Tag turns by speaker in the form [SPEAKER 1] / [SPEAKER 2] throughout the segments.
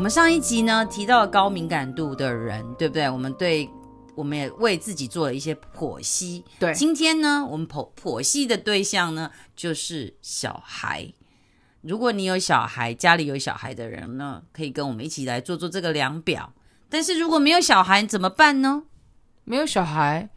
[SPEAKER 1] 们上一集呢提到了高敏感度的人，对不对？我们对，我们也为自己做了一些剖析。
[SPEAKER 2] 对
[SPEAKER 1] 今天呢，我们剖剖析的对象呢就是小孩。如果你有小孩，家里有小孩的人呢，可以跟我们一起来做做这个量表。但是如果没有小孩怎么办呢？
[SPEAKER 2] 没有小孩，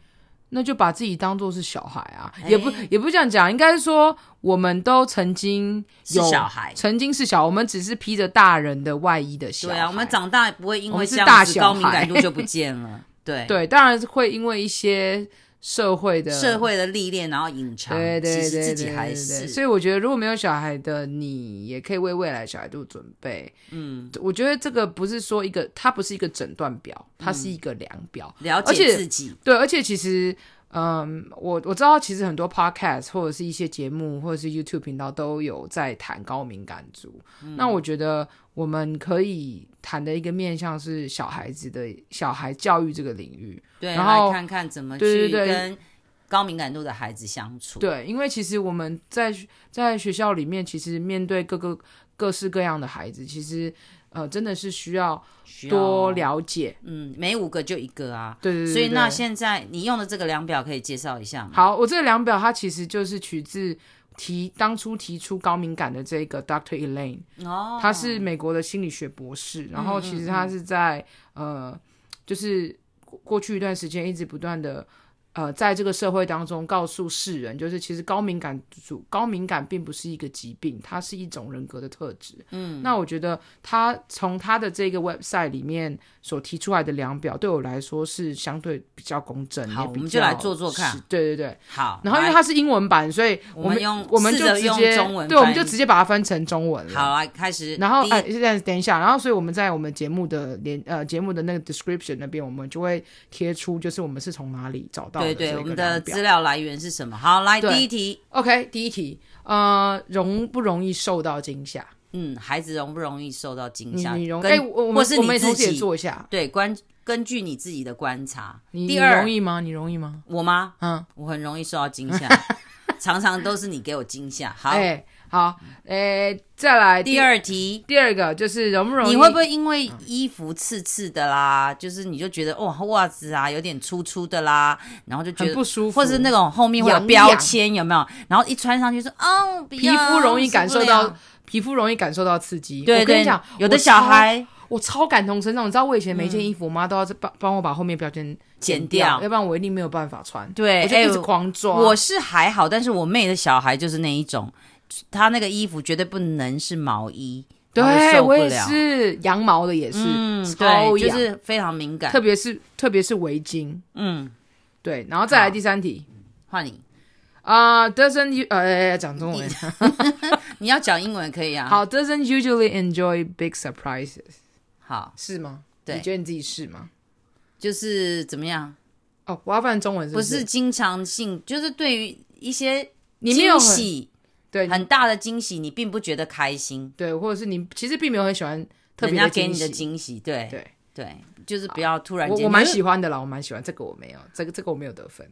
[SPEAKER 2] 那就把自己当做是小孩啊，
[SPEAKER 1] 哎
[SPEAKER 2] 也不也不这样讲，应该是说我们都曾经
[SPEAKER 1] 是
[SPEAKER 2] 有
[SPEAKER 1] 小孩。
[SPEAKER 2] 曾经是小，我们只是披着大人的外衣的小
[SPEAKER 1] 对
[SPEAKER 2] 孩。
[SPEAKER 1] 啊，我们长大不会因
[SPEAKER 2] 我
[SPEAKER 1] 为
[SPEAKER 2] 们是
[SPEAKER 1] 这样
[SPEAKER 2] 大
[SPEAKER 1] 子
[SPEAKER 2] 小
[SPEAKER 1] 高敏感
[SPEAKER 2] 孩
[SPEAKER 1] 度就不见了。对
[SPEAKER 2] 对，当然会因为一些社会的
[SPEAKER 1] 社会的历练，然后隐藏，
[SPEAKER 2] 对对对
[SPEAKER 1] 其实
[SPEAKER 2] 对
[SPEAKER 1] 自己
[SPEAKER 2] 对
[SPEAKER 1] 还
[SPEAKER 2] 对
[SPEAKER 1] 是
[SPEAKER 2] 所以我觉得如果没有小孩的你，也可以为未来小孩做准备。嗯，我觉得这个不是说一个，它不是一个诊断表，它
[SPEAKER 1] 嗯
[SPEAKER 2] 是一个量表。
[SPEAKER 1] 了
[SPEAKER 2] 而且
[SPEAKER 1] 解自己。
[SPEAKER 2] 对，而且其实，嗯，我我知道，其实很多 podcast 或者是一些节目或者是 YouTube 频道都有在谈高敏感族。
[SPEAKER 1] 嗯
[SPEAKER 2] 那我觉得我们可以谈的一个面向是小孩子的小孩教育这个领域。
[SPEAKER 1] 对，
[SPEAKER 2] 然
[SPEAKER 1] 来
[SPEAKER 2] 后
[SPEAKER 1] 看看怎么
[SPEAKER 2] 对
[SPEAKER 1] 去
[SPEAKER 2] 对对
[SPEAKER 1] 跟高敏感度的孩子相处。
[SPEAKER 2] 对，因为其实我们在学在学校里面，其实面对各个各式各样的孩子，其实呃真的是需要
[SPEAKER 1] 需要
[SPEAKER 2] 多，了解。
[SPEAKER 1] 嗯，每五个就一个啊。
[SPEAKER 2] 对对对
[SPEAKER 1] 所以那
[SPEAKER 2] 对
[SPEAKER 1] 现在你用的这个量表可以介绍一下吗？，
[SPEAKER 2] 好，我这个量表它其实就是取自提当初提出高敏感的这个 Dr. Elaine，
[SPEAKER 1] 哦，嗯
[SPEAKER 2] 他是美国的心理学博士，然后其实他是在呃，就是过过去一段时间一直不断的呃，在这个社会当中告诉世人，就是其实高敏感主高敏感并不是一个疾病，它是一种人格的特质。嗯，那我觉得他从他的这个 website 里面所提出来的量表，对我来说是相对比较公正，
[SPEAKER 1] 好
[SPEAKER 2] 也比
[SPEAKER 1] 我们就来
[SPEAKER 2] 较
[SPEAKER 1] 做做看
[SPEAKER 2] 实。对对对，
[SPEAKER 1] 好，
[SPEAKER 2] 然后因为
[SPEAKER 1] 来
[SPEAKER 2] 它是英文版，所以
[SPEAKER 1] 我
[SPEAKER 2] 我
[SPEAKER 1] 们用
[SPEAKER 2] 我们
[SPEAKER 1] 试
[SPEAKER 2] 就
[SPEAKER 1] 着
[SPEAKER 2] 直
[SPEAKER 1] 用
[SPEAKER 2] 接
[SPEAKER 1] 中文
[SPEAKER 2] 对，我们
[SPEAKER 1] 翻
[SPEAKER 2] 就
[SPEAKER 1] 译
[SPEAKER 2] 直接把它翻成中文了。
[SPEAKER 1] 好来开始，
[SPEAKER 2] 然后
[SPEAKER 1] 第一
[SPEAKER 2] 哎，现在等一下，然后所以我们在我们节目的连呃节目的那个 description 那边，我们就会贴出就是我们是从哪里找到
[SPEAKER 1] 对
[SPEAKER 2] 的
[SPEAKER 1] 对，
[SPEAKER 2] 这
[SPEAKER 1] 我
[SPEAKER 2] 个
[SPEAKER 1] 们
[SPEAKER 2] 量
[SPEAKER 1] 的
[SPEAKER 2] 表
[SPEAKER 1] 资料来源是什么？好，来
[SPEAKER 2] 对
[SPEAKER 1] 第一题，
[SPEAKER 2] OK，第一题，呃，容不容易受到惊吓？
[SPEAKER 1] 嗯，孩子容不容易受到惊
[SPEAKER 2] 你
[SPEAKER 1] 吓？
[SPEAKER 2] 你容
[SPEAKER 1] 跟
[SPEAKER 2] 哎，我我
[SPEAKER 1] 或
[SPEAKER 2] 们
[SPEAKER 1] 是
[SPEAKER 2] 我
[SPEAKER 1] 你
[SPEAKER 2] 们
[SPEAKER 1] 自
[SPEAKER 2] 同时也
[SPEAKER 1] 己
[SPEAKER 2] 做一下，
[SPEAKER 1] 对观根据你自己的观察，
[SPEAKER 2] 你
[SPEAKER 1] 第
[SPEAKER 2] 你
[SPEAKER 1] 二
[SPEAKER 2] 容易吗？你容易吗？
[SPEAKER 1] 我吗？
[SPEAKER 2] 嗯，
[SPEAKER 1] 我很容易受到惊 吓，常常都是你给我惊吓。好，
[SPEAKER 2] 哎，好，哎，再来
[SPEAKER 1] 第二题，
[SPEAKER 2] 第二个就是容不容易？
[SPEAKER 1] 你会不会因为衣服刺刺的啦，就是你就觉得哇袜子啊有点粗粗的啦，然后就觉
[SPEAKER 2] 很
[SPEAKER 1] 得
[SPEAKER 2] 不。舒服？
[SPEAKER 1] 或是那种后面会有
[SPEAKER 2] 痒
[SPEAKER 1] 标
[SPEAKER 2] 痒
[SPEAKER 1] 签有没有？然后一穿上去说，哦，不
[SPEAKER 2] 皮
[SPEAKER 1] 要
[SPEAKER 2] 肤容易
[SPEAKER 1] 受
[SPEAKER 2] 感
[SPEAKER 1] 不
[SPEAKER 2] 受
[SPEAKER 1] 了
[SPEAKER 2] 到皮肤容易感受到刺激。
[SPEAKER 1] 对
[SPEAKER 2] 我跟
[SPEAKER 1] 对
[SPEAKER 2] 你讲，，
[SPEAKER 1] 有
[SPEAKER 2] 我
[SPEAKER 1] 的小
[SPEAKER 2] 超
[SPEAKER 1] 孩嗯
[SPEAKER 2] 我超感同身受，你知道我以前每件衣服，我妈都要帮帮我把后面标签
[SPEAKER 1] 剪
[SPEAKER 2] 掉，
[SPEAKER 1] 掉
[SPEAKER 2] 要，不然我一定没有办法穿。
[SPEAKER 1] 对
[SPEAKER 2] 我就一
[SPEAKER 1] 哎
[SPEAKER 2] 直狂抓。
[SPEAKER 1] 我是还好，但是我妹的小孩就是那一种，她那个衣服绝对不能是毛衣，她会
[SPEAKER 2] 对
[SPEAKER 1] 受不
[SPEAKER 2] 我也
[SPEAKER 1] 了，
[SPEAKER 2] 是羊毛的，也是、
[SPEAKER 1] 嗯，
[SPEAKER 2] 超
[SPEAKER 1] 对，就
[SPEAKER 2] 痒，
[SPEAKER 1] 是非常敏感
[SPEAKER 2] 特。别是特别是围巾，
[SPEAKER 1] 嗯，
[SPEAKER 2] 对，然后再来
[SPEAKER 1] 好
[SPEAKER 2] 第三题
[SPEAKER 1] 换你，
[SPEAKER 2] 啊、d o e s n t 呃讲中文
[SPEAKER 1] 你你要讲英文也可以啊。，
[SPEAKER 2] 好，doesn't usually enjoy big surprises
[SPEAKER 1] 好，
[SPEAKER 2] 是吗？
[SPEAKER 1] 对
[SPEAKER 2] 你觉得你自己是吗？
[SPEAKER 1] 就是怎么样？
[SPEAKER 2] 哦，我要翻中文是
[SPEAKER 1] 不
[SPEAKER 2] 不
[SPEAKER 1] 是经常性，就是对于一些
[SPEAKER 2] 你没有
[SPEAKER 1] 惊
[SPEAKER 2] 很
[SPEAKER 1] 喜，
[SPEAKER 2] 对
[SPEAKER 1] 很大的惊喜，你并不觉得开心。
[SPEAKER 2] 对，或者是你其实并没有很喜欢特
[SPEAKER 1] 人
[SPEAKER 2] 别
[SPEAKER 1] 家
[SPEAKER 2] 的
[SPEAKER 1] 给你的
[SPEAKER 2] 喜
[SPEAKER 1] 惊喜，对
[SPEAKER 2] 对
[SPEAKER 1] 对，就是不要突然
[SPEAKER 2] 我
[SPEAKER 1] 间。
[SPEAKER 2] 我蛮
[SPEAKER 1] 因为
[SPEAKER 2] 喜欢的啦，我蛮喜欢这个，我没有这个这个我没有得分。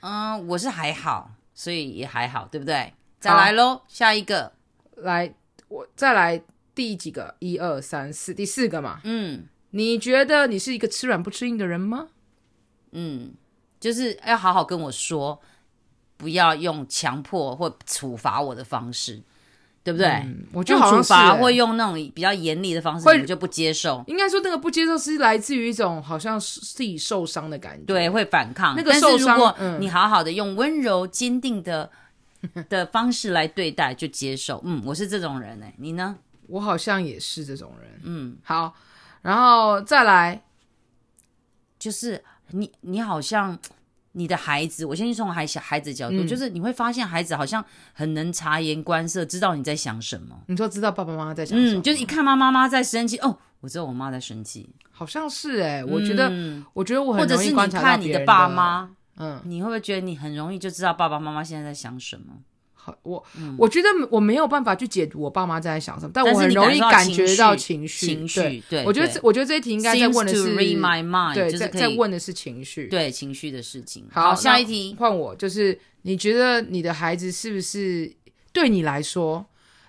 [SPEAKER 1] 嗯，我是还好，所以也还好，对不
[SPEAKER 2] 啊
[SPEAKER 1] 对？再来喽，下一个，
[SPEAKER 2] 来，我再来第几个？一二三四，第四个嘛。
[SPEAKER 1] 嗯
[SPEAKER 2] 你觉得你是一个吃软不吃硬的人吗？
[SPEAKER 1] 嗯，就是要好好跟我说，不要用强迫或处罚我的方式，对不对？
[SPEAKER 2] 嗯，我觉
[SPEAKER 1] 用
[SPEAKER 2] 得好
[SPEAKER 1] 处
[SPEAKER 2] 像是、
[SPEAKER 1] 罚
[SPEAKER 2] 欸、
[SPEAKER 1] 或用那种比较严厉的方式，
[SPEAKER 2] 会
[SPEAKER 1] 你就不接受，
[SPEAKER 2] 应该说那个不接受是来自于一种好像是自己受伤的感觉。
[SPEAKER 1] 对，会反抗。
[SPEAKER 2] 那个
[SPEAKER 1] 但
[SPEAKER 2] 受
[SPEAKER 1] 是如
[SPEAKER 2] 伤
[SPEAKER 1] 果
[SPEAKER 2] 嗯
[SPEAKER 1] 你好好的用温柔坚定的的方式来对待，就接受。嗯，我是这种人哎、你呢？
[SPEAKER 2] 我好像也是这种人。
[SPEAKER 1] 嗯，
[SPEAKER 2] 好，然后再来，
[SPEAKER 1] 就是你，你好像。你的孩子，我先从孩小孩子角度，
[SPEAKER 2] 嗯
[SPEAKER 1] 就是你会发现孩子好像很能察言观色，知道你在想什么。
[SPEAKER 2] 你说知道爸爸妈妈在讲什么
[SPEAKER 1] 嗯，
[SPEAKER 2] 吗，
[SPEAKER 1] 就是一看妈妈妈在生气，哦，我知道我妈在生气。
[SPEAKER 2] 好像是哎、我觉得、
[SPEAKER 1] 嗯
[SPEAKER 2] 我觉得我
[SPEAKER 1] 或
[SPEAKER 2] 很
[SPEAKER 1] 者
[SPEAKER 2] 容
[SPEAKER 1] 是
[SPEAKER 2] 易
[SPEAKER 1] 你
[SPEAKER 2] 观察到
[SPEAKER 1] 看
[SPEAKER 2] 别
[SPEAKER 1] 你
[SPEAKER 2] 人的
[SPEAKER 1] 爸，妈，
[SPEAKER 2] 嗯，
[SPEAKER 1] 你会不会觉得你很容易就知道爸爸妈妈现在在想什么？
[SPEAKER 2] 好，我、我觉得我没有办法去解读我爸妈在想什么，但
[SPEAKER 1] 嗯但
[SPEAKER 2] 我
[SPEAKER 1] 是
[SPEAKER 2] 很
[SPEAKER 1] 你
[SPEAKER 2] 容易
[SPEAKER 1] 感
[SPEAKER 2] 感
[SPEAKER 1] 受到
[SPEAKER 2] 觉到情绪。
[SPEAKER 1] 情
[SPEAKER 2] 对，
[SPEAKER 1] 绪，对，
[SPEAKER 2] 我觉得
[SPEAKER 1] 对
[SPEAKER 2] 这我觉得这一题应该在
[SPEAKER 1] Seems
[SPEAKER 2] 问的
[SPEAKER 1] to
[SPEAKER 2] 是
[SPEAKER 1] read my mind，
[SPEAKER 2] 对，
[SPEAKER 1] 就是
[SPEAKER 2] 在
[SPEAKER 1] 可
[SPEAKER 2] 在
[SPEAKER 1] 以
[SPEAKER 2] 问的是情绪。
[SPEAKER 1] 对情绪的事情。
[SPEAKER 2] 好，
[SPEAKER 1] 下
[SPEAKER 2] 那
[SPEAKER 1] 一题，
[SPEAKER 2] 换我，就是你觉得你的孩子是不是对你来说，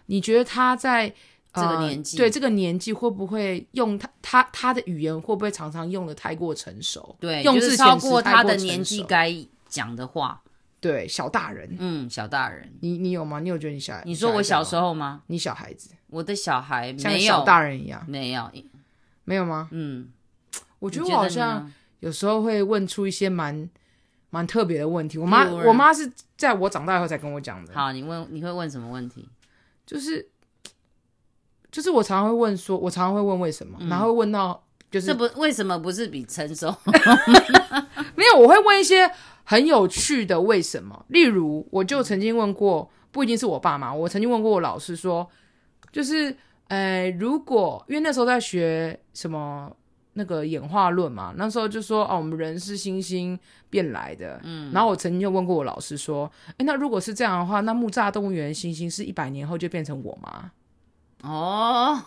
[SPEAKER 2] 你觉得他在
[SPEAKER 1] 这个
[SPEAKER 2] 呃
[SPEAKER 1] 年纪
[SPEAKER 2] 对这个年纪会不会用他他他的语言会不会常常用的太过成熟？
[SPEAKER 1] 对，
[SPEAKER 2] 用
[SPEAKER 1] 就是
[SPEAKER 2] 字
[SPEAKER 1] 超
[SPEAKER 2] 遣词
[SPEAKER 1] 过
[SPEAKER 2] 太
[SPEAKER 1] 他的
[SPEAKER 2] 成
[SPEAKER 1] 年纪
[SPEAKER 2] 熟
[SPEAKER 1] 该讲的话。
[SPEAKER 2] 对小大人，
[SPEAKER 1] 嗯，小大人，
[SPEAKER 2] 你你有吗？你有觉得你小？
[SPEAKER 1] 你说我小时
[SPEAKER 2] 候，
[SPEAKER 1] 候吗？
[SPEAKER 2] 你小孩子
[SPEAKER 1] 我的小孩
[SPEAKER 2] 像个
[SPEAKER 1] 没
[SPEAKER 2] 小
[SPEAKER 1] 有，
[SPEAKER 2] 大人一样，
[SPEAKER 1] 没有，
[SPEAKER 2] 没有吗？
[SPEAKER 1] 嗯，
[SPEAKER 2] 我
[SPEAKER 1] 我
[SPEAKER 2] 觉得我好像有时候会问出一些蛮蛮特别的问题。我妈
[SPEAKER 1] 譬如呢
[SPEAKER 2] 我妈是在我长大以后才跟我讲的，
[SPEAKER 1] 好，你问你会问什么问题？
[SPEAKER 2] 就是就是我常常会问说，我常常会问为什么，然后会问到就
[SPEAKER 1] 嗯
[SPEAKER 2] 是
[SPEAKER 1] 这不为什么不是比成熟？
[SPEAKER 2] 没有，我会问一些很有趣的为什么。例如，我就曾经问过，不一定是我爸妈，我曾经问过我老师说，就是呃，如果因为那时候在学什么。那个演化论嘛，那时候就说哦，我们人是星星变来的。嗯，然后我曾经就问过我老师说，哎，那如果是这样的话，那木栅动物园星星是一百年后就变成我吗？
[SPEAKER 1] 哦，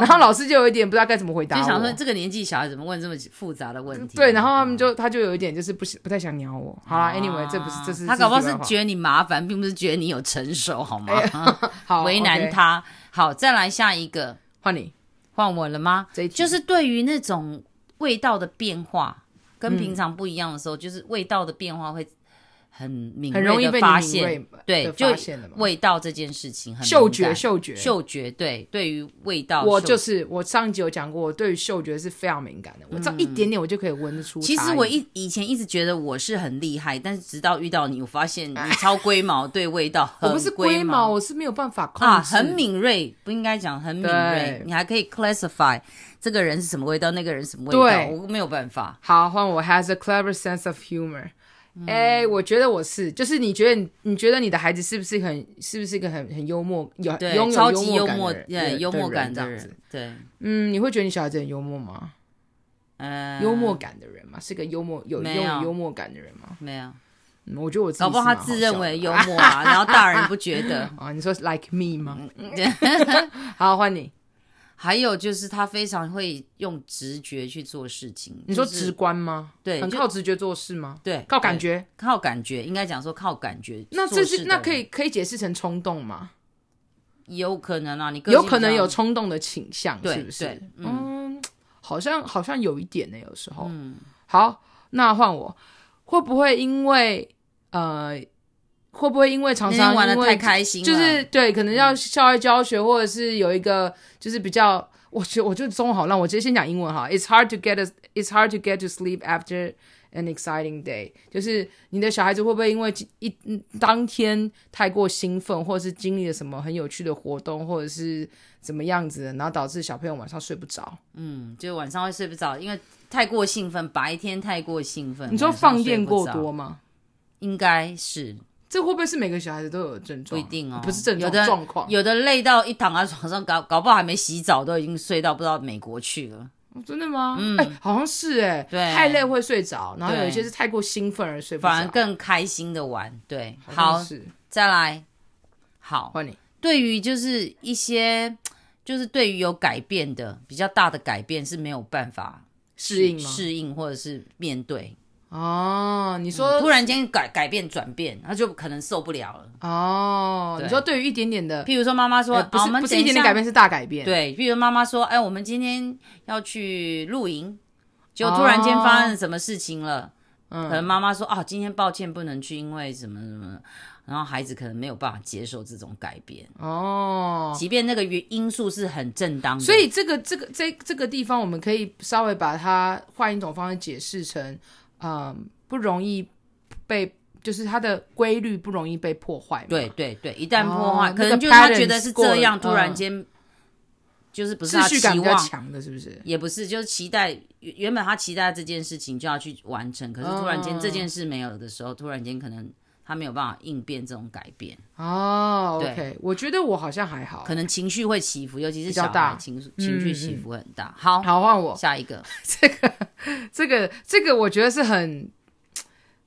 [SPEAKER 2] 然后老师就有一点不知道该怎么回答
[SPEAKER 1] 就
[SPEAKER 2] 我，
[SPEAKER 1] 想说这个年纪小孩怎么问这么复杂的问题？哦
[SPEAKER 2] 对，然后他们就他就有一点就是不喜不太想鸟我。好啦、
[SPEAKER 1] 啊
[SPEAKER 2] a n y w a y 这不是这是
[SPEAKER 1] 他搞不好
[SPEAKER 2] 这
[SPEAKER 1] 是
[SPEAKER 2] 题外话
[SPEAKER 1] 觉得你麻烦，并不是觉得你有成熟，好吗？
[SPEAKER 2] 好
[SPEAKER 1] 为难
[SPEAKER 2] OK
[SPEAKER 1] 他。好，再来下一个，
[SPEAKER 2] 换你
[SPEAKER 1] 换我了吗？
[SPEAKER 2] 这一题
[SPEAKER 1] 就是对于那种味道的变化跟平常不一样的时候，就是味道的变化会很敏
[SPEAKER 2] 嗯很容易
[SPEAKER 1] 锐
[SPEAKER 2] 被
[SPEAKER 1] 的
[SPEAKER 2] 你
[SPEAKER 1] 发
[SPEAKER 2] 敏锐
[SPEAKER 1] 现，
[SPEAKER 2] 地
[SPEAKER 1] 对，就
[SPEAKER 2] 发现了嘛。
[SPEAKER 1] 味道这件事情很
[SPEAKER 2] 嗅
[SPEAKER 1] 敏
[SPEAKER 2] 觉，
[SPEAKER 1] 感
[SPEAKER 2] 嗅觉，
[SPEAKER 1] 嗅觉，对，对于味道，
[SPEAKER 2] 我
[SPEAKER 1] 嗅
[SPEAKER 2] 就是我上一集有讲过，我对于嗅觉是非常敏感的，我只要一点点我就可以闻得出差
[SPEAKER 1] 嗯其
[SPEAKER 2] 异。
[SPEAKER 1] 实我一以前一直觉得我是很厉害，但是直到遇到你，我发现你超龟毛，对味道
[SPEAKER 2] 哎 我
[SPEAKER 1] 很
[SPEAKER 2] 不是
[SPEAKER 1] 龟
[SPEAKER 2] 龟毛，我是没有办法控制，
[SPEAKER 1] 啊，很敏锐，不应该讲很敏锐
[SPEAKER 2] 对，
[SPEAKER 1] 你还可以 classify 这个人是什么味道，那个人什么味道，
[SPEAKER 2] 对
[SPEAKER 1] 我没有办法。
[SPEAKER 2] 好，换我 has a clever sense of humor。哎、
[SPEAKER 1] 嗯
[SPEAKER 2] 我觉得我是，就是你觉得你你觉得你的孩子是不是很是不是一个很很幽默，有
[SPEAKER 1] 对
[SPEAKER 2] 拥，有
[SPEAKER 1] 超级
[SPEAKER 2] 幽
[SPEAKER 1] 幽默，
[SPEAKER 2] 感的人
[SPEAKER 1] 对，幽默感的，
[SPEAKER 2] 这样
[SPEAKER 1] 人
[SPEAKER 2] 子，
[SPEAKER 1] 对，
[SPEAKER 2] 嗯，你会觉得你小孩子很幽默吗？
[SPEAKER 1] 呃，
[SPEAKER 2] 幽默感的人嘛，是个幽默有
[SPEAKER 1] 没有
[SPEAKER 2] 有幽默感的人吗？
[SPEAKER 1] 没有，
[SPEAKER 2] 嗯，我觉得我自己
[SPEAKER 1] 搞不
[SPEAKER 2] 是
[SPEAKER 1] 好他
[SPEAKER 2] 蛮
[SPEAKER 1] 自
[SPEAKER 2] 好
[SPEAKER 1] 认
[SPEAKER 2] 笑
[SPEAKER 1] 为
[SPEAKER 2] 的
[SPEAKER 1] 幽默啊，然后大人不觉得。
[SPEAKER 2] 啊，你说 like me 吗？
[SPEAKER 1] 嗯
[SPEAKER 2] 好，换你。
[SPEAKER 1] 还有就是他非常会用直觉去做事情，
[SPEAKER 2] 你说
[SPEAKER 1] 就是
[SPEAKER 2] 直观吗？
[SPEAKER 1] 对
[SPEAKER 2] 很
[SPEAKER 1] 就
[SPEAKER 2] 靠直觉做事吗？
[SPEAKER 1] 对
[SPEAKER 2] 靠感
[SPEAKER 1] 对
[SPEAKER 2] 觉。
[SPEAKER 1] 靠感觉，应该讲说靠感觉。
[SPEAKER 2] 那
[SPEAKER 1] 做
[SPEAKER 2] 这
[SPEAKER 1] 事
[SPEAKER 2] 是
[SPEAKER 1] 的
[SPEAKER 2] 那可以
[SPEAKER 1] 人
[SPEAKER 2] 可以解释成冲动吗？
[SPEAKER 1] 有可能啊，你个性
[SPEAKER 2] 有可能
[SPEAKER 1] 比较
[SPEAKER 2] 有冲动的倾向，
[SPEAKER 1] 对
[SPEAKER 2] 是不是
[SPEAKER 1] 对？
[SPEAKER 2] 嗯，好像好像有一点呢，有时候。
[SPEAKER 1] 嗯
[SPEAKER 2] 好，那换我，会不会因为呃，会不会因为常
[SPEAKER 1] 那天
[SPEAKER 2] 常
[SPEAKER 1] 玩的
[SPEAKER 2] 因为
[SPEAKER 1] 太开心了，啊
[SPEAKER 2] 就是对，可能要校外教学，或者是有一个就是比较，我觉得我觉得中文好烂，我直接先讲英文哈。It's hard to get a, it's hard to get to sleep after an exciting day，就是你的小孩子会不会因为一嗯当天太过兴奋，或者是经历了什么很有趣的活动，或者是怎么样子的，然后导致小朋友晚上睡不着？
[SPEAKER 1] 嗯，就晚上会睡不着，因为太过兴奋，白天太过兴奋。
[SPEAKER 2] 你说
[SPEAKER 1] 嗯晚上
[SPEAKER 2] 放电过
[SPEAKER 1] 睡不着，
[SPEAKER 2] 多吗？
[SPEAKER 1] 应该是
[SPEAKER 2] 这会不会是每个小孩子都有的症
[SPEAKER 1] 不
[SPEAKER 2] 状？
[SPEAKER 1] 一定哦，
[SPEAKER 2] 不是症
[SPEAKER 1] 有
[SPEAKER 2] 状
[SPEAKER 1] 的
[SPEAKER 2] 状况，
[SPEAKER 1] 有的累到一躺在床上，搞搞不好还没洗澡，都已经睡到不知道美国去了。
[SPEAKER 2] 真的吗？嗯，哎、好像是哎、
[SPEAKER 1] 对
[SPEAKER 2] 太累会睡着，然后
[SPEAKER 1] 对
[SPEAKER 2] 有一些是太过兴奋而睡不着，
[SPEAKER 1] 反而更开心的玩，对，好
[SPEAKER 2] 好像，是
[SPEAKER 1] 再来，好，
[SPEAKER 2] 换你，
[SPEAKER 1] 对于就是一些，就是对于有改变的比较大的改变是没有办法
[SPEAKER 2] 适应吗？
[SPEAKER 1] 适应或者是面对，
[SPEAKER 2] 哦，你说、
[SPEAKER 1] 突然间改改变转变，他就可能受不了了。
[SPEAKER 2] 哦，你说对于一点点的，
[SPEAKER 1] 譬如说妈妈说，
[SPEAKER 2] 呃不是、
[SPEAKER 1] 啊、我们
[SPEAKER 2] 不是
[SPEAKER 1] 等
[SPEAKER 2] 一点
[SPEAKER 1] 下
[SPEAKER 2] 点改，变，是大改变，，
[SPEAKER 1] 对，譬如妈妈说，哎，我们今天要去露营，就突然
[SPEAKER 2] 哦
[SPEAKER 1] 间发生什么事情了。
[SPEAKER 2] 嗯
[SPEAKER 1] 可能妈妈说啊，今天抱歉不能去，因为什么什么，然后孩子可能没有办法接受这种改变，
[SPEAKER 2] 哦。
[SPEAKER 1] 即便那个原因素是很正当的。
[SPEAKER 2] 所以这个这个这这个地方，我们可以稍微把它换一种方式解释成，嗯，不容易被，就是它的规律不容易被破坏嘛。
[SPEAKER 1] 对对对，一旦破坏，
[SPEAKER 2] 啊哦
[SPEAKER 1] 可
[SPEAKER 2] 那个
[SPEAKER 1] 能就是他
[SPEAKER 2] balance
[SPEAKER 1] 觉得是这样，
[SPEAKER 2] 过了
[SPEAKER 1] 突然间就是不是他
[SPEAKER 2] 秩序感
[SPEAKER 1] 期
[SPEAKER 2] 比较
[SPEAKER 1] 望，
[SPEAKER 2] 强的，是不是？
[SPEAKER 1] 也不是就是期待原原本他期待这件事情就要去完成，可是突然间
[SPEAKER 2] 嗯
[SPEAKER 1] 这件事没有了的时候，突然间可能他没有办法应变这种改变，
[SPEAKER 2] 哦
[SPEAKER 1] 对
[SPEAKER 2] ，OK，我觉得我好像还好
[SPEAKER 1] 可。能情绪会起伏，尤其是小
[SPEAKER 2] 哦比较大
[SPEAKER 1] 孩情绪情绪
[SPEAKER 2] 嗯
[SPEAKER 1] 起伏很大。好，
[SPEAKER 2] 好，换我。
[SPEAKER 1] 下一个，
[SPEAKER 2] 这个这个，我觉得是很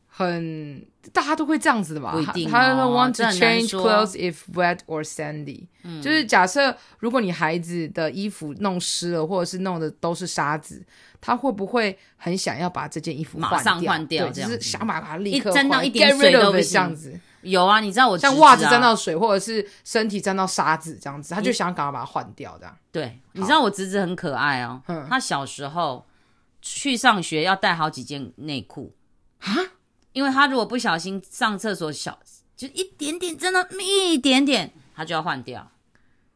[SPEAKER 2] 很大家都会这样子的吧？
[SPEAKER 1] 不一定哦
[SPEAKER 2] 他他说 want to
[SPEAKER 1] 这很难
[SPEAKER 2] change
[SPEAKER 1] 说
[SPEAKER 2] clothes if wet or sandy，、就是假设如果你孩子的衣服弄湿了，或者是弄的都是沙子，他会不会很想要把这件衣服
[SPEAKER 1] 马上
[SPEAKER 2] 换
[SPEAKER 1] 换掉这
[SPEAKER 2] 对，就是
[SPEAKER 1] 样子
[SPEAKER 2] 想把它立
[SPEAKER 1] 一
[SPEAKER 2] 刻
[SPEAKER 1] 沾到
[SPEAKER 2] 换
[SPEAKER 1] 一点
[SPEAKER 2] get
[SPEAKER 1] 水
[SPEAKER 2] rid
[SPEAKER 1] 都
[SPEAKER 2] of
[SPEAKER 1] 不
[SPEAKER 2] it
[SPEAKER 1] 行
[SPEAKER 2] 这样子。
[SPEAKER 1] 有啊，你知道我侄
[SPEAKER 2] 像
[SPEAKER 1] 啊
[SPEAKER 2] 袜子沾到水，或者是身体沾到沙子这样子，他就想赶快把它换掉这样。
[SPEAKER 1] 对，你知道我侄子很可爱哦，
[SPEAKER 2] 嗯
[SPEAKER 1] 他小时候去上学要带好几件内裤啊，因为他如果不小心上厕所小就一点点，真的一点点，他就要换掉。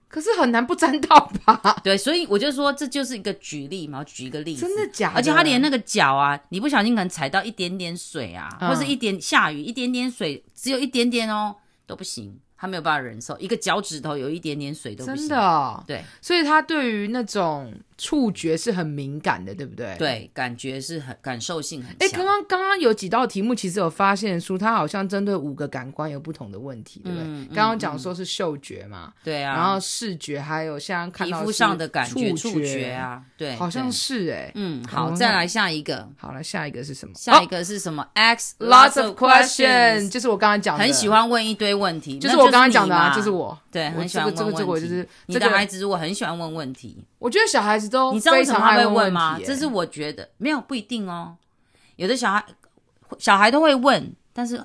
[SPEAKER 2] 可是很难不沾到 吧？
[SPEAKER 1] 对，所以我就说这就是一个举例嘛，我举一个例子，
[SPEAKER 2] 真的假的？
[SPEAKER 1] 而且他连那个脚啊，你不小心可能踩到一点点水啊，
[SPEAKER 2] 嗯
[SPEAKER 1] 或是一点下雨一点点水，只有一点点哦，都不行，他没有办法忍受，一个脚趾头有一点点水都不行。
[SPEAKER 2] 真的、哦，
[SPEAKER 1] 对
[SPEAKER 2] 所以他对于那种触觉是很敏感的，对不对？。
[SPEAKER 1] 对，感觉是很感受性很
[SPEAKER 2] 哎，
[SPEAKER 1] 强
[SPEAKER 2] 刚。刚刚刚有几道题目，其实有发现出它好像针对五个感官有不同的问题，对不对？
[SPEAKER 1] 嗯嗯
[SPEAKER 2] 刚刚讲说是嗅觉嘛，
[SPEAKER 1] 对啊，
[SPEAKER 2] 然后视觉，还有像看
[SPEAKER 1] 皮
[SPEAKER 2] 到
[SPEAKER 1] 肤
[SPEAKER 2] 是
[SPEAKER 1] 上的感觉、
[SPEAKER 2] 触
[SPEAKER 1] 触觉，啊，对，
[SPEAKER 2] 好像
[SPEAKER 1] 对。
[SPEAKER 2] 是哎、
[SPEAKER 1] 嗯，好，
[SPEAKER 2] 哦
[SPEAKER 1] 再来下一个，
[SPEAKER 2] 好了，下一个是什么？
[SPEAKER 1] 下一
[SPEAKER 2] 个、
[SPEAKER 1] 个是什么？X
[SPEAKER 2] lots of question，就是我刚刚讲的，
[SPEAKER 1] 很喜，欢问一堆问题，
[SPEAKER 2] 就是
[SPEAKER 1] 那
[SPEAKER 2] 我刚刚讲的啊，
[SPEAKER 1] 你
[SPEAKER 2] 就是
[SPEAKER 1] 嘛
[SPEAKER 2] 我。
[SPEAKER 1] 对，
[SPEAKER 2] 我
[SPEAKER 1] 很喜
[SPEAKER 2] 这
[SPEAKER 1] 欢
[SPEAKER 2] 个
[SPEAKER 1] 问问
[SPEAKER 2] 这个这个，我就
[SPEAKER 1] 题
[SPEAKER 2] 是
[SPEAKER 1] 你
[SPEAKER 2] 这
[SPEAKER 1] 的孩
[SPEAKER 2] 个，
[SPEAKER 1] 子如果很喜欢问问题，
[SPEAKER 2] 我觉得小孩子都
[SPEAKER 1] 你知道为
[SPEAKER 2] 非
[SPEAKER 1] 什么
[SPEAKER 2] 常
[SPEAKER 1] 他会
[SPEAKER 2] 爱问
[SPEAKER 1] 吗？
[SPEAKER 2] 题
[SPEAKER 1] 这
[SPEAKER 2] 欸
[SPEAKER 1] 是我觉得没有不一定哦，有的小孩小孩都会问，但是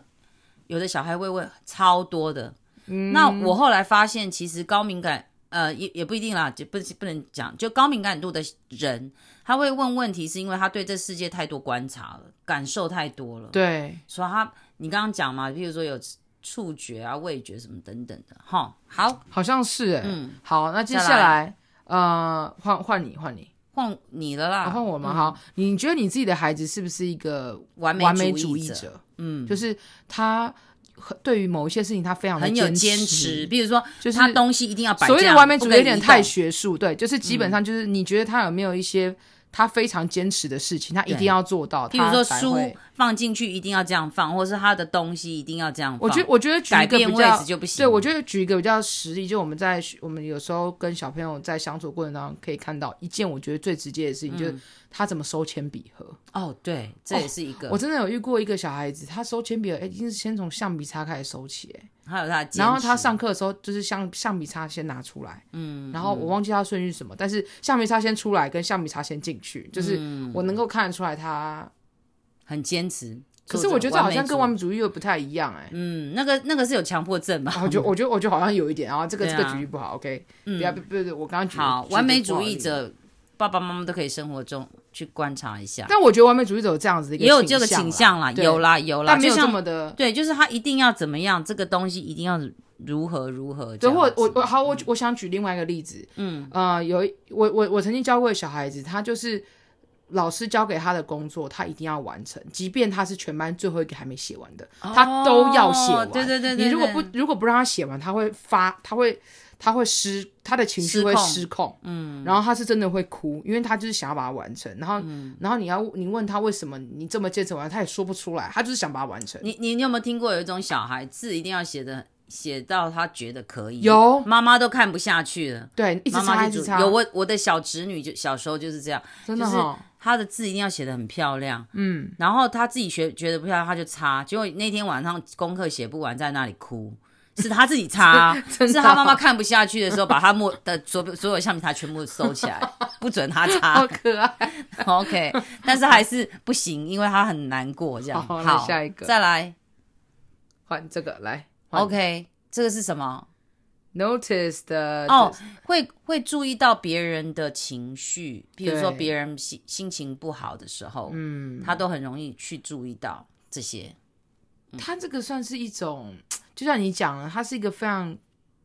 [SPEAKER 1] 有的小孩会问超多的。
[SPEAKER 2] 嗯
[SPEAKER 1] 那我后来发现，其实高敏感呃也也不一定啦，就不不能讲，就高敏感度的人，他会问问题，是因为他对这世界太多观察了，感受太多了。
[SPEAKER 2] 对，
[SPEAKER 1] 所以他你刚刚讲嘛，譬如说有触觉啊、味觉什么等等的，哈。好，
[SPEAKER 2] 好像是哎、
[SPEAKER 1] 嗯
[SPEAKER 2] 好，那接
[SPEAKER 1] 再
[SPEAKER 2] 下来呃，换换你，换你，
[SPEAKER 1] 换你了啦，
[SPEAKER 2] 啊换、我吗？好，你觉得你自己的孩子是不是一个
[SPEAKER 1] 嗯完美
[SPEAKER 2] 完美
[SPEAKER 1] 主
[SPEAKER 2] 主
[SPEAKER 1] 义
[SPEAKER 2] 义
[SPEAKER 1] 者
[SPEAKER 2] 者？
[SPEAKER 1] 嗯，
[SPEAKER 2] 就是他很对于某一些事情，他非常的
[SPEAKER 1] 很有坚持，，比如说
[SPEAKER 2] 就是
[SPEAKER 1] 他东西一定要摆这
[SPEAKER 2] 所
[SPEAKER 1] 样，
[SPEAKER 2] 谓的完美主
[SPEAKER 1] 不
[SPEAKER 2] 义
[SPEAKER 1] 可以嗯
[SPEAKER 2] 有点
[SPEAKER 1] 移动
[SPEAKER 2] 太学术，对，就是基本上就是你觉得他有没有一些他非常坚持的事情，他一定要做到，
[SPEAKER 1] 譬如说
[SPEAKER 2] 他才
[SPEAKER 1] 书
[SPEAKER 2] 会
[SPEAKER 1] 放进去一定要这样放，或是他的东西一定要这样放。
[SPEAKER 2] 我觉得，我觉得举
[SPEAKER 1] 改
[SPEAKER 2] 一个
[SPEAKER 1] 变
[SPEAKER 2] 比
[SPEAKER 1] 位
[SPEAKER 2] 较
[SPEAKER 1] 置，就不行。
[SPEAKER 2] 对我觉得举一个比较实例，就我们在我们有时候跟小朋友在相处过程当中可以看到一件我觉得最直接的事情，
[SPEAKER 1] 嗯
[SPEAKER 2] 就是他怎么收铅笔盒。
[SPEAKER 1] 哦，对，这也是一个，
[SPEAKER 2] 我真的有遇过一个小孩子，他收铅笔盒、哎一定是先从橡皮擦开始收起、哎
[SPEAKER 1] 还有他的坚持，
[SPEAKER 2] 然后他上课的时候就是橡橡皮擦先拿出来，嗯，然后我忘记他顺序是什么，但是橡皮擦先出来跟橡皮擦先进去，就是
[SPEAKER 1] 嗯
[SPEAKER 2] 我能够看得出来他。
[SPEAKER 1] 很坚持。
[SPEAKER 2] 可是我觉得这好像跟完
[SPEAKER 1] 完
[SPEAKER 2] 美主义又不太一样、哎。
[SPEAKER 1] 嗯，那个那个是有强迫症吧？
[SPEAKER 2] 然后 哦就我觉得我觉得好像有一点，然后这个、
[SPEAKER 1] 对啊嗯
[SPEAKER 2] 这个举例不好，OK，、不要不不，不我刚刚举
[SPEAKER 1] 好，
[SPEAKER 2] 举例
[SPEAKER 1] 完美
[SPEAKER 2] 不好
[SPEAKER 1] 主义
[SPEAKER 2] 而已。
[SPEAKER 1] 者，爸爸妈妈都可以生活中去观察一下，
[SPEAKER 2] 但我觉得完美主义者有这样子的一个
[SPEAKER 1] 也有这个倾
[SPEAKER 2] 倾
[SPEAKER 1] 向啦，
[SPEAKER 2] 对
[SPEAKER 1] 有啦有啦，
[SPEAKER 2] 但
[SPEAKER 1] 就
[SPEAKER 2] 没有这
[SPEAKER 1] 像
[SPEAKER 2] 么的。
[SPEAKER 1] 对，就是他一定要怎么样，这个东西一定要如何如何这
[SPEAKER 2] 对，
[SPEAKER 1] 样子。
[SPEAKER 2] 或我我好，我我想举另外一个例子，嗯，呃，有一我我我曾经教过的小孩子，他就是老师交给他的工作，他一定要完成，即便他是全班最后一个还没写完的，他都要写
[SPEAKER 1] 哦
[SPEAKER 2] 完。
[SPEAKER 1] 对对对对
[SPEAKER 2] 你如果
[SPEAKER 1] 对
[SPEAKER 2] 不如果不让他写完，他会发，他会他会失他的情绪
[SPEAKER 1] 失
[SPEAKER 2] 会
[SPEAKER 1] 控
[SPEAKER 2] 失控，嗯，然后他是真的会哭，因为他就是想要把它完成，然后、
[SPEAKER 1] 嗯
[SPEAKER 2] 然后你要你问他为什么你这么坚持完，他也说不出来，他就是想把它完成。
[SPEAKER 1] 你你你有没有听过有一种小孩字一定要写的写到他觉得可以，
[SPEAKER 2] 有
[SPEAKER 1] 妈妈都看不下去了，
[SPEAKER 2] 对，一直
[SPEAKER 1] 妈妈
[SPEAKER 2] 擦一
[SPEAKER 1] 就
[SPEAKER 2] 直
[SPEAKER 1] 主
[SPEAKER 2] 擦，
[SPEAKER 1] 有我我的小侄女就小时候就是这样，
[SPEAKER 2] 真的哦
[SPEAKER 1] 就是
[SPEAKER 2] 哈、
[SPEAKER 1] 她的字一定要写的很漂亮，嗯，然后她自己学觉得不漂亮，她就擦，结果那天晚上功课写不完，在那里哭。是她自己擦，
[SPEAKER 2] 真
[SPEAKER 1] 是
[SPEAKER 2] 的
[SPEAKER 1] 她妈妈看不下去的时候，把她墨的所所有橡皮擦全部收起 来，不准她擦
[SPEAKER 2] 好。可爱。
[SPEAKER 1] OK，但是还是不行，因为她很难过。这样
[SPEAKER 2] 好来
[SPEAKER 1] 好，
[SPEAKER 2] 下一个
[SPEAKER 1] 再来。
[SPEAKER 2] 换这个来。换
[SPEAKER 1] OK，这个是什么？
[SPEAKER 2] Notice 的
[SPEAKER 1] 哦，，会会注意到别人的情绪，比如说
[SPEAKER 2] 对
[SPEAKER 1] 别人心心情不好的时候，嗯，他都很容易去注意到这些。
[SPEAKER 2] 它这个算是一种，就像你讲了，他是一个非常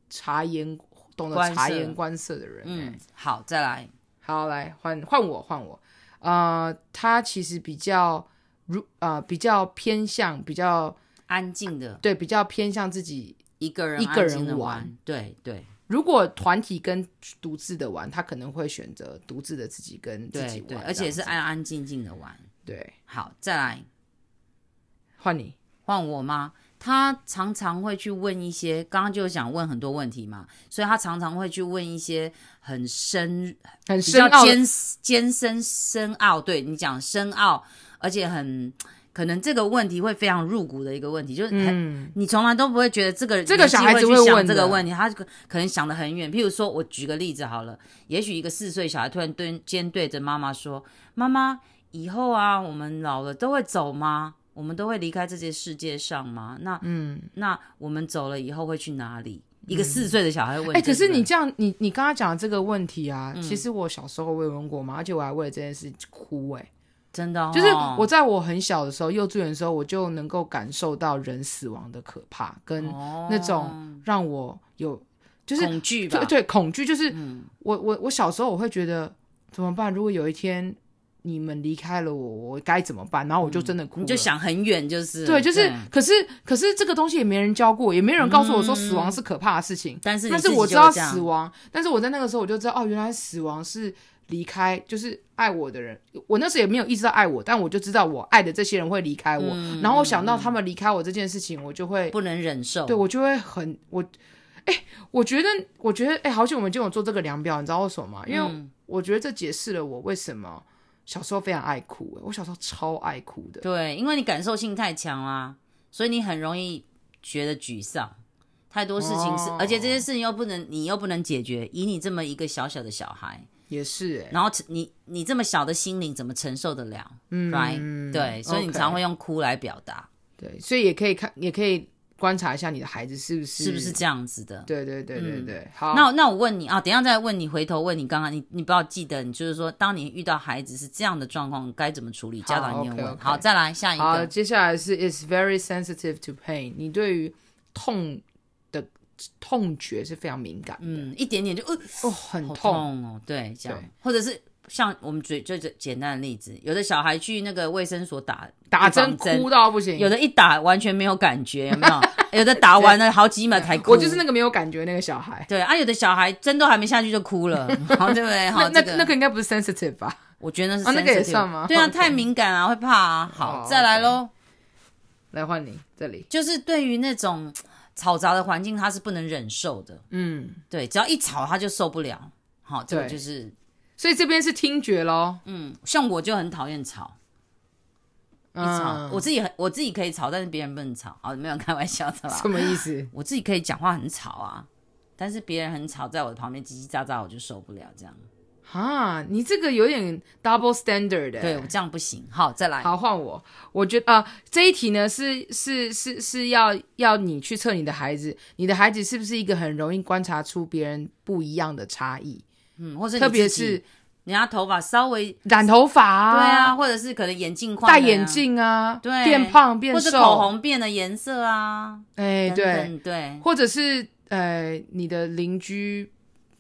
[SPEAKER 2] 察言懂
[SPEAKER 1] 观色
[SPEAKER 2] 得察言观色的人。嗯
[SPEAKER 1] 嗯，，好，再来。
[SPEAKER 2] 好，来换换我换我。呃，他其实比较如呃比较偏向比较
[SPEAKER 1] 安静的
[SPEAKER 2] 对比较偏向自己。
[SPEAKER 1] 一个人
[SPEAKER 2] 一个人
[SPEAKER 1] 安静地
[SPEAKER 2] 玩
[SPEAKER 1] 玩，对对
[SPEAKER 2] 如果团体跟独自的玩，他可能会选择独自的自己跟自己
[SPEAKER 1] 对
[SPEAKER 2] 玩，
[SPEAKER 1] 对，而且是
[SPEAKER 2] 这样
[SPEAKER 1] 安安静静的玩。
[SPEAKER 2] 子对。
[SPEAKER 1] 好，再来
[SPEAKER 2] 换你，
[SPEAKER 1] 换我吗？他常常会去问一些，刚刚就想问很多问题嘛，所以他常常会去问一些很深
[SPEAKER 2] 很
[SPEAKER 1] 比
[SPEAKER 2] 深
[SPEAKER 1] 较
[SPEAKER 2] 奥的
[SPEAKER 1] 艰艰深深奥，对你讲深奥，而且很可能这个问题会非常入骨的一个问题，就是很、
[SPEAKER 2] 嗯，
[SPEAKER 1] 你从来都不会觉得这个
[SPEAKER 2] 这个
[SPEAKER 1] 年纪
[SPEAKER 2] 小孩子
[SPEAKER 1] 会
[SPEAKER 2] 会
[SPEAKER 1] 去想
[SPEAKER 2] 问
[SPEAKER 1] 这个
[SPEAKER 2] 的
[SPEAKER 1] 问题，他可可能想得很远。譬如说，我举个例子好了，也许一个四岁小孩突然对间对着妈妈说：“妈妈，以后啊，我们老了都会走吗？”我我们都会离开这些世界上吗？那嗯，那我们走了以后会去哪里？一个四岁的小孩会问，嗯
[SPEAKER 2] 哎、可是你这样，你你刚刚讲的这个问题啊，其实我小时候我也问过嘛，而且我还为了这件事哭哎、
[SPEAKER 1] 真的、哦，
[SPEAKER 2] 就是我在我很小的时候，幼稚园的时候，我就能够感受到人死亡的可怕，跟那种让我有就是
[SPEAKER 1] 哦恐惧吧嗯
[SPEAKER 2] 对，对恐惧，就是、我我我小时候我会觉得怎么办？如果有一天你们离开了我，我该怎么办？然后我就真的哭
[SPEAKER 1] 嗯
[SPEAKER 2] 了。
[SPEAKER 1] 你就想很远，就是
[SPEAKER 2] 对，就是，可是可是这个东西也没人教过，也没人告诉我说死
[SPEAKER 1] 嗯
[SPEAKER 2] 亡是可怕的事情。
[SPEAKER 1] 但是你
[SPEAKER 2] 但
[SPEAKER 1] 自
[SPEAKER 2] 是
[SPEAKER 1] 己
[SPEAKER 2] 我
[SPEAKER 1] 就
[SPEAKER 2] 知道
[SPEAKER 1] 这样
[SPEAKER 2] 死亡，但是我在那个时候我就知道，哦，原来死亡是离开，就是爱我的人。我那时候也没有意识到爱我，但我就知道我爱的这些人会离开我，
[SPEAKER 1] 嗯
[SPEAKER 2] 然后我想到他们离开我这件事情，我就会，
[SPEAKER 1] 不能忍受，
[SPEAKER 2] 对我就会很我，哎、我觉得，我觉得，哎、好久我们就有做这个量表，你知道为什么吗？因
[SPEAKER 1] 嗯
[SPEAKER 2] 为我觉得这解释了我为什么小时候非常爱哭、哎我小时候超爱哭的。
[SPEAKER 1] 对，因为你感受性太强啦、所以你很容易觉得沮丧。太多事情是，
[SPEAKER 2] 哦
[SPEAKER 1] 而且这些事情又不能，你又不能解决。以你这么一个小小的小孩，
[SPEAKER 2] 也是、哎。
[SPEAKER 1] 然后承你你这么小的心灵怎么承受得了、
[SPEAKER 2] 嗯
[SPEAKER 1] r i g h t 对，所以你
[SPEAKER 2] OK
[SPEAKER 1] 常会用哭来表达，
[SPEAKER 2] 对，所以也可以看，也可以观察一下你的孩子是不是
[SPEAKER 1] 是不是？这样嗯子的？
[SPEAKER 2] 对对对对对，好，
[SPEAKER 1] 那那我问你啊，等一下再问你，回头问你刚刚你你不要记得，你就是说，当你遇到孩子是这样的状况，该怎么处理？
[SPEAKER 2] 好
[SPEAKER 1] 家长你有问
[SPEAKER 2] OK，OK
[SPEAKER 1] 好，再来下一
[SPEAKER 2] 好，
[SPEAKER 1] 个，
[SPEAKER 2] 接下来是 is very sensitive to pain，你对于痛的痛觉是非常敏感的，
[SPEAKER 1] 嗯，一点点就呃，
[SPEAKER 2] 哦，很
[SPEAKER 1] 好
[SPEAKER 2] 痛，
[SPEAKER 1] 痛哦，对，这样
[SPEAKER 2] 对，
[SPEAKER 1] 或者是像我们最最最简单的例子，有的小孩去那个卫生所打
[SPEAKER 2] 打
[SPEAKER 1] 预防
[SPEAKER 2] 针哭到不行，
[SPEAKER 1] 有的一打完全没有感觉，有没 有？有的打完了好几秒才哭，
[SPEAKER 2] 我就是那个没有感觉那个小孩，
[SPEAKER 1] 对啊，有的小孩针都还没下去就哭 了，好对不对？
[SPEAKER 2] 那
[SPEAKER 1] 好，
[SPEAKER 2] 那
[SPEAKER 1] 这
[SPEAKER 2] 那个应该不是 sensitive 吧？
[SPEAKER 1] 我觉得是
[SPEAKER 2] 哦那个也
[SPEAKER 1] sensitive
[SPEAKER 2] 算吗
[SPEAKER 1] 对啊，
[SPEAKER 2] OK
[SPEAKER 1] 太敏感啊，会怕啊。
[SPEAKER 2] 哦
[SPEAKER 1] 好，再来喽，
[SPEAKER 2] 来换你这里，
[SPEAKER 1] 就是对于那种嘈杂的环境，他是不能忍受的。
[SPEAKER 2] 嗯，
[SPEAKER 1] 对，只要一吵他就受不了。好，这个
[SPEAKER 2] 对
[SPEAKER 1] 就是，
[SPEAKER 2] 所以这边是听觉咯，
[SPEAKER 1] 嗯，像我就很讨厌吵。一吵，
[SPEAKER 2] 嗯，
[SPEAKER 1] 我自己很我自己可以吵，但是别人不能吵啊，没有开玩笑的啦
[SPEAKER 2] 什。么意思？
[SPEAKER 1] 我自己可以讲话很吵啊，但是别人很吵，在我的旁边叽叽喳喳，我就受不了这样。
[SPEAKER 2] 啊，你这个有点 double standard 的、
[SPEAKER 1] 对我这样不行。好，再来。
[SPEAKER 2] 好，换我。我觉得啊、这一题呢是是是是要要你去测你的孩子，你的孩子是不是一个很容易观察出别人不一样的差异，
[SPEAKER 1] 嗯，或是
[SPEAKER 2] 特
[SPEAKER 1] 你
[SPEAKER 2] 别
[SPEAKER 1] 自己
[SPEAKER 2] 是
[SPEAKER 1] 人家头发稍微
[SPEAKER 2] 染头发啊，
[SPEAKER 1] 对啊，，或者是可能眼镜换了
[SPEAKER 2] 戴
[SPEAKER 1] 呀
[SPEAKER 2] 眼，镜啊，
[SPEAKER 1] 对，
[SPEAKER 2] 变胖变
[SPEAKER 1] 或
[SPEAKER 2] 瘦，
[SPEAKER 1] 者口红变了颜色啊，
[SPEAKER 2] 哎、
[SPEAKER 1] 等
[SPEAKER 2] 对，
[SPEAKER 1] 等对，
[SPEAKER 2] 或者是呃，你的邻居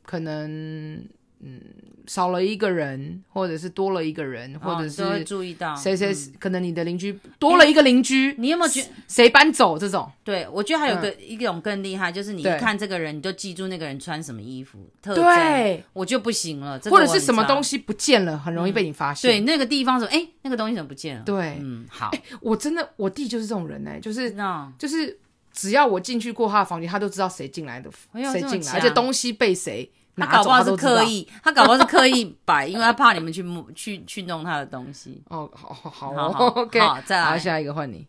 [SPEAKER 2] 可能嗯少了一个人，或者是多了一个人，或者
[SPEAKER 1] 哦都会嗯
[SPEAKER 2] 是
[SPEAKER 1] 注意到嗯
[SPEAKER 2] 谁谁、可能你的邻居多了一个邻居，
[SPEAKER 1] 你有没有觉？
[SPEAKER 2] 谁搬走这种。
[SPEAKER 1] 对，我觉得还有个、一种更厉害，就是你一
[SPEAKER 2] 嗯对
[SPEAKER 1] 看这个人，你就记住那个人穿什么衣服特征，
[SPEAKER 2] 对，
[SPEAKER 1] 我就不行了。这个
[SPEAKER 2] 或者
[SPEAKER 1] 我
[SPEAKER 2] 是
[SPEAKER 1] 很
[SPEAKER 2] 什么
[SPEAKER 1] 糟
[SPEAKER 2] 东西不见了，很容易被你发
[SPEAKER 1] 对，
[SPEAKER 2] 现。
[SPEAKER 1] 那个地方怎么？哎，那个东西怎么不见了？，
[SPEAKER 2] 对，
[SPEAKER 1] 嗯，好，
[SPEAKER 2] 我真的我弟就是这种人呢、欸就是
[SPEAKER 1] 那
[SPEAKER 2] 就是只要我进去过他的房间，他都知道谁进来的，
[SPEAKER 1] 哎呦
[SPEAKER 2] 谁
[SPEAKER 1] 这么
[SPEAKER 2] 进来，
[SPEAKER 1] 强
[SPEAKER 2] 而且东西被谁
[SPEAKER 1] 他
[SPEAKER 2] 拿
[SPEAKER 1] 搞
[SPEAKER 2] 走，
[SPEAKER 1] 不好
[SPEAKER 2] 他
[SPEAKER 1] 是
[SPEAKER 2] 都知
[SPEAKER 1] 刻
[SPEAKER 2] 道。
[SPEAKER 1] 意，他搞不好是刻意摆，因为他怕你们去摸去去弄他的东西。
[SPEAKER 2] 哦，好好好
[SPEAKER 1] 好
[SPEAKER 2] 哦
[SPEAKER 1] 好
[SPEAKER 2] ，OK，
[SPEAKER 1] 好再来
[SPEAKER 2] 好下一个换你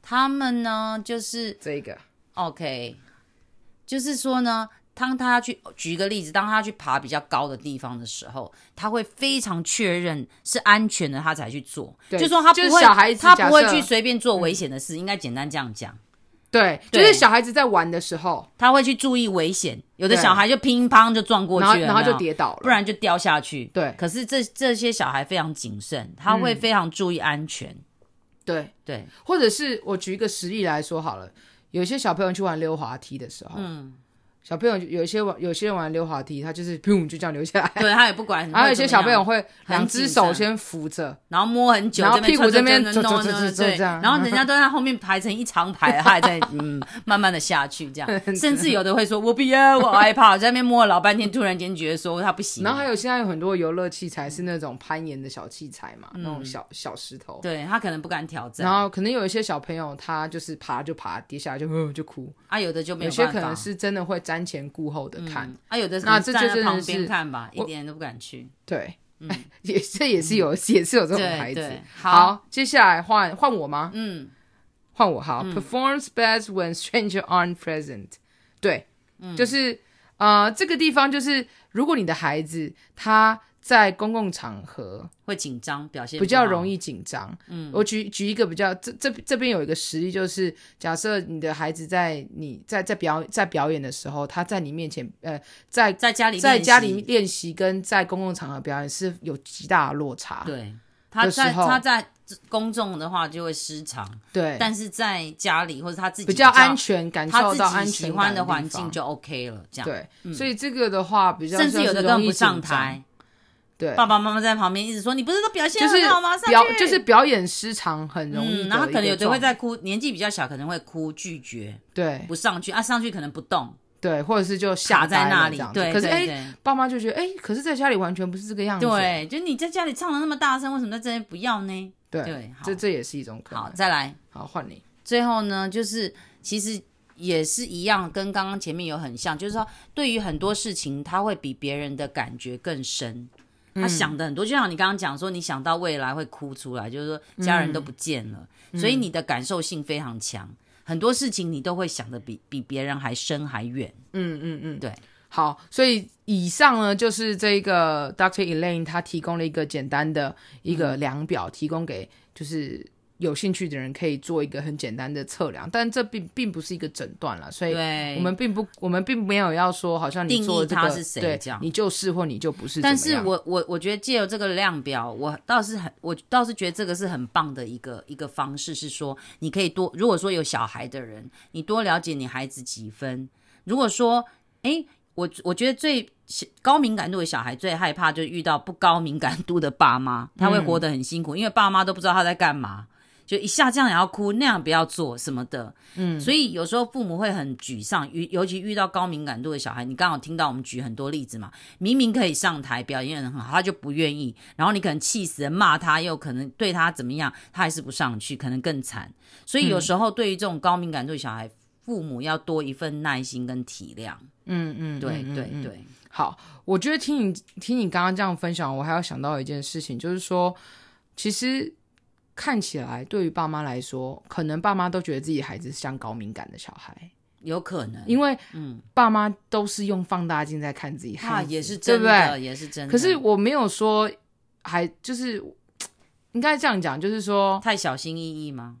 [SPEAKER 1] 他们呢，就是
[SPEAKER 2] 这个
[SPEAKER 1] OK，就是说呢，当他去举一个例子，当他去爬比较高的地方的时候，他会非常确认是安全的，他才去做。
[SPEAKER 2] 对
[SPEAKER 1] 就说他不
[SPEAKER 2] 就是
[SPEAKER 1] 会，
[SPEAKER 2] 小孩子
[SPEAKER 1] 他不会
[SPEAKER 2] 假设
[SPEAKER 1] 去随便做危险的事，应该简单这样讲。
[SPEAKER 2] 对，就
[SPEAKER 1] 对
[SPEAKER 2] 是小孩子在玩的时候，
[SPEAKER 1] 他会去注意危险，有的
[SPEAKER 2] 对
[SPEAKER 1] 小孩就乒乓就撞过去
[SPEAKER 2] 然后
[SPEAKER 1] 了，
[SPEAKER 2] 然后
[SPEAKER 1] 有没有
[SPEAKER 2] 就跌倒了，
[SPEAKER 1] 不然就掉下去。
[SPEAKER 2] 对嗯
[SPEAKER 1] 可是这这些小孩非常谨慎，他会非常注意安全。
[SPEAKER 2] 对，
[SPEAKER 1] 对，
[SPEAKER 2] 或者是我举一个实例来说好了，有一些小朋友去玩溜滑梯的时候，嗯，小朋友有一些玩有些人玩溜滑梯，他就是砰就这样流下来，
[SPEAKER 1] 对他也不管。
[SPEAKER 2] 还有一些小朋友，会
[SPEAKER 1] 很
[SPEAKER 2] 两只
[SPEAKER 1] 紧张
[SPEAKER 2] 手先扶着，
[SPEAKER 1] 然后摸很久，
[SPEAKER 2] 然后
[SPEAKER 1] 边
[SPEAKER 2] 屁股这边
[SPEAKER 1] 搓搓搓
[SPEAKER 2] 搓
[SPEAKER 1] 搓
[SPEAKER 2] 搓
[SPEAKER 1] 搓
[SPEAKER 2] 搓
[SPEAKER 1] 对，
[SPEAKER 2] 这样
[SPEAKER 1] 然后人家都在后面排成一长排，他还 在嗯慢慢的下去这样，甚至有的会说我不要，我害怕，我在那边摸了老半天，突然间觉得说他不行，
[SPEAKER 2] 然后还有现在有很多游乐器材是那种攀岩的小器材嘛，那种小小石头。
[SPEAKER 1] 嗯对他可能不敢挑
[SPEAKER 2] 然
[SPEAKER 1] 战，
[SPEAKER 2] 后可能有一些小朋友他就是爬就爬，跌下来就呃就哭，
[SPEAKER 1] 啊有的就没
[SPEAKER 2] 有些
[SPEAKER 1] 办
[SPEAKER 2] 可能
[SPEAKER 1] 法。
[SPEAKER 2] 是真的会瞻前顾后的看，
[SPEAKER 1] 嗯啊，有的可
[SPEAKER 2] 那
[SPEAKER 1] 能
[SPEAKER 2] 这
[SPEAKER 1] 站
[SPEAKER 2] 就
[SPEAKER 1] 在
[SPEAKER 2] 真的
[SPEAKER 1] 旁边
[SPEAKER 2] 是
[SPEAKER 1] 看吧，一点都不敢去。
[SPEAKER 2] 对， 也这也是有、也是有这种孩
[SPEAKER 1] 嗯对
[SPEAKER 2] 子
[SPEAKER 1] 对。，好，
[SPEAKER 2] 接下来换换我吗？
[SPEAKER 1] 嗯，
[SPEAKER 2] 换我好、p e r f o r m s best when stranger aren't present。对，就是呃，这个地方就是，如果你的孩子他在公共场合
[SPEAKER 1] 会紧张，表现
[SPEAKER 2] 比较
[SPEAKER 1] 不好
[SPEAKER 2] 容。易紧张。嗯，我举举一个比较，这这这边有一个实例，就是假设你的孩子在你在在表在表演的时候，他在你面前，呃，在
[SPEAKER 1] 在家里
[SPEAKER 2] 在
[SPEAKER 1] 练
[SPEAKER 2] 家
[SPEAKER 1] 习
[SPEAKER 2] 里练习跟在公共场合表演是有极大的落差。
[SPEAKER 1] 对，他
[SPEAKER 2] 的时
[SPEAKER 1] 在
[SPEAKER 2] 候
[SPEAKER 1] 他在公众的话就会失常，
[SPEAKER 2] 对，
[SPEAKER 1] 但是在家里或者他自己
[SPEAKER 2] 比较安，全，感
[SPEAKER 1] 他
[SPEAKER 2] 受
[SPEAKER 1] 自
[SPEAKER 2] 到安
[SPEAKER 1] 己
[SPEAKER 2] 全
[SPEAKER 1] 喜欢
[SPEAKER 2] 感
[SPEAKER 1] 的环
[SPEAKER 2] 地方
[SPEAKER 1] 境就 OK 了，这样。
[SPEAKER 2] 对，所以这个的话比较
[SPEAKER 1] 甚至
[SPEAKER 2] 像
[SPEAKER 1] 有
[SPEAKER 2] 是
[SPEAKER 1] 的根
[SPEAKER 2] 容
[SPEAKER 1] 本
[SPEAKER 2] 易
[SPEAKER 1] 不上
[SPEAKER 2] 紧张
[SPEAKER 1] 台，
[SPEAKER 2] 对，
[SPEAKER 1] 爸爸妈妈在旁边一直说：“你不是都表现
[SPEAKER 2] 就是
[SPEAKER 1] 很好吗？上
[SPEAKER 2] 表
[SPEAKER 1] 去
[SPEAKER 2] 就是表演失常很容易的一个
[SPEAKER 1] 嗯，
[SPEAKER 2] 状、
[SPEAKER 1] 然后可能有的会在哭，年纪比较小可能会哭拒绝
[SPEAKER 2] 对
[SPEAKER 1] 不上去啊，上去可能不动，
[SPEAKER 2] 对，或者是就
[SPEAKER 1] 卡
[SPEAKER 2] 吓
[SPEAKER 1] 在
[SPEAKER 2] 呆
[SPEAKER 1] 那
[SPEAKER 2] 了
[SPEAKER 1] 里
[SPEAKER 2] 这样。子
[SPEAKER 1] 对
[SPEAKER 2] 可是
[SPEAKER 1] 对
[SPEAKER 2] 哎、
[SPEAKER 1] 对
[SPEAKER 2] 爸妈就觉得哎、可是在家里完全不是这个样子。
[SPEAKER 1] 对，就你在家里唱的那么大声，为什么在这边不要呢？
[SPEAKER 2] 对
[SPEAKER 1] 对，好
[SPEAKER 2] 这，这也是一种可能。
[SPEAKER 1] 好，再来。
[SPEAKER 2] 好，换你。
[SPEAKER 1] 最后呢，就是其实也是一样，跟刚刚前面有很像，就是说对于很多事情，他会比别人的感觉更深。
[SPEAKER 2] 嗯
[SPEAKER 1] 他想的很多，就像你刚刚讲说，你想到未来会哭出来，就是说家人都不见了，
[SPEAKER 2] 嗯
[SPEAKER 1] 所以你的感受性非常强，很多事情你都会想的比比别人还深还远。
[SPEAKER 2] 嗯嗯嗯，
[SPEAKER 1] 对。
[SPEAKER 2] 好，所以以上呢，就是这个 Dr. Elaine 她提供了一个简单的一
[SPEAKER 1] 嗯
[SPEAKER 2] 个量表，提供给就是有兴趣的人可以做一个很简单的测量，但这并并不是一个诊断啦，所以
[SPEAKER 1] 对，
[SPEAKER 2] 我们并不，我们并没有要说好像
[SPEAKER 1] 定
[SPEAKER 2] 你
[SPEAKER 1] 义
[SPEAKER 2] 做这
[SPEAKER 1] 他
[SPEAKER 2] 个
[SPEAKER 1] 是谁
[SPEAKER 2] 对
[SPEAKER 1] 这样
[SPEAKER 2] 你就是或你就不是怎么
[SPEAKER 1] 但
[SPEAKER 2] 样。
[SPEAKER 1] 是我我我觉得借由这个量表，我倒是很，我倒是觉得这个是很棒的一个一个方式，是说你可以多，如果说有小孩的人，你多了解你孩子几分。如果说，诶，我我觉得最高敏感度的小孩最害怕就是遇到不高敏感度的爸妈，他会
[SPEAKER 2] 嗯
[SPEAKER 1] 活得很辛苦，因为爸妈都不知道他在干嘛。就一下这样也要哭，那样不要做什么的，嗯，所以有时候父母会很沮丧，尤尤其遇到高敏感度的小孩，你刚好听到我们举很多例子嘛，明明可以上台表演得很好，他就不愿意，然后你可能气死人骂他，又可能对他怎么样，他还是不上去，可能更惨。所以有
[SPEAKER 2] 嗯
[SPEAKER 1] 时候对于这种高敏感度的小孩，父母要多一份耐心跟体谅。
[SPEAKER 2] 嗯嗯，
[SPEAKER 1] 对
[SPEAKER 2] 嗯
[SPEAKER 1] 对。
[SPEAKER 2] 嗯嗯
[SPEAKER 1] 对，
[SPEAKER 2] 好，我觉得听你听你刚刚这样分享，我还要想到一件事情，就是说，其实看起来对于爸妈来说，可能爸妈都觉得自己孩子像高敏感的小孩，
[SPEAKER 1] 有可能，
[SPEAKER 2] 因为
[SPEAKER 1] 嗯，
[SPEAKER 2] 爸妈都是用放大镜在看自己
[SPEAKER 1] 啊
[SPEAKER 2] 孩子，
[SPEAKER 1] 也是
[SPEAKER 2] 对
[SPEAKER 1] 真
[SPEAKER 2] 不
[SPEAKER 1] 的，
[SPEAKER 2] 对？
[SPEAKER 1] 也是真的。
[SPEAKER 2] 可是我没有说，还就是应该这样讲，就是说，
[SPEAKER 1] 太小心翼翼吗？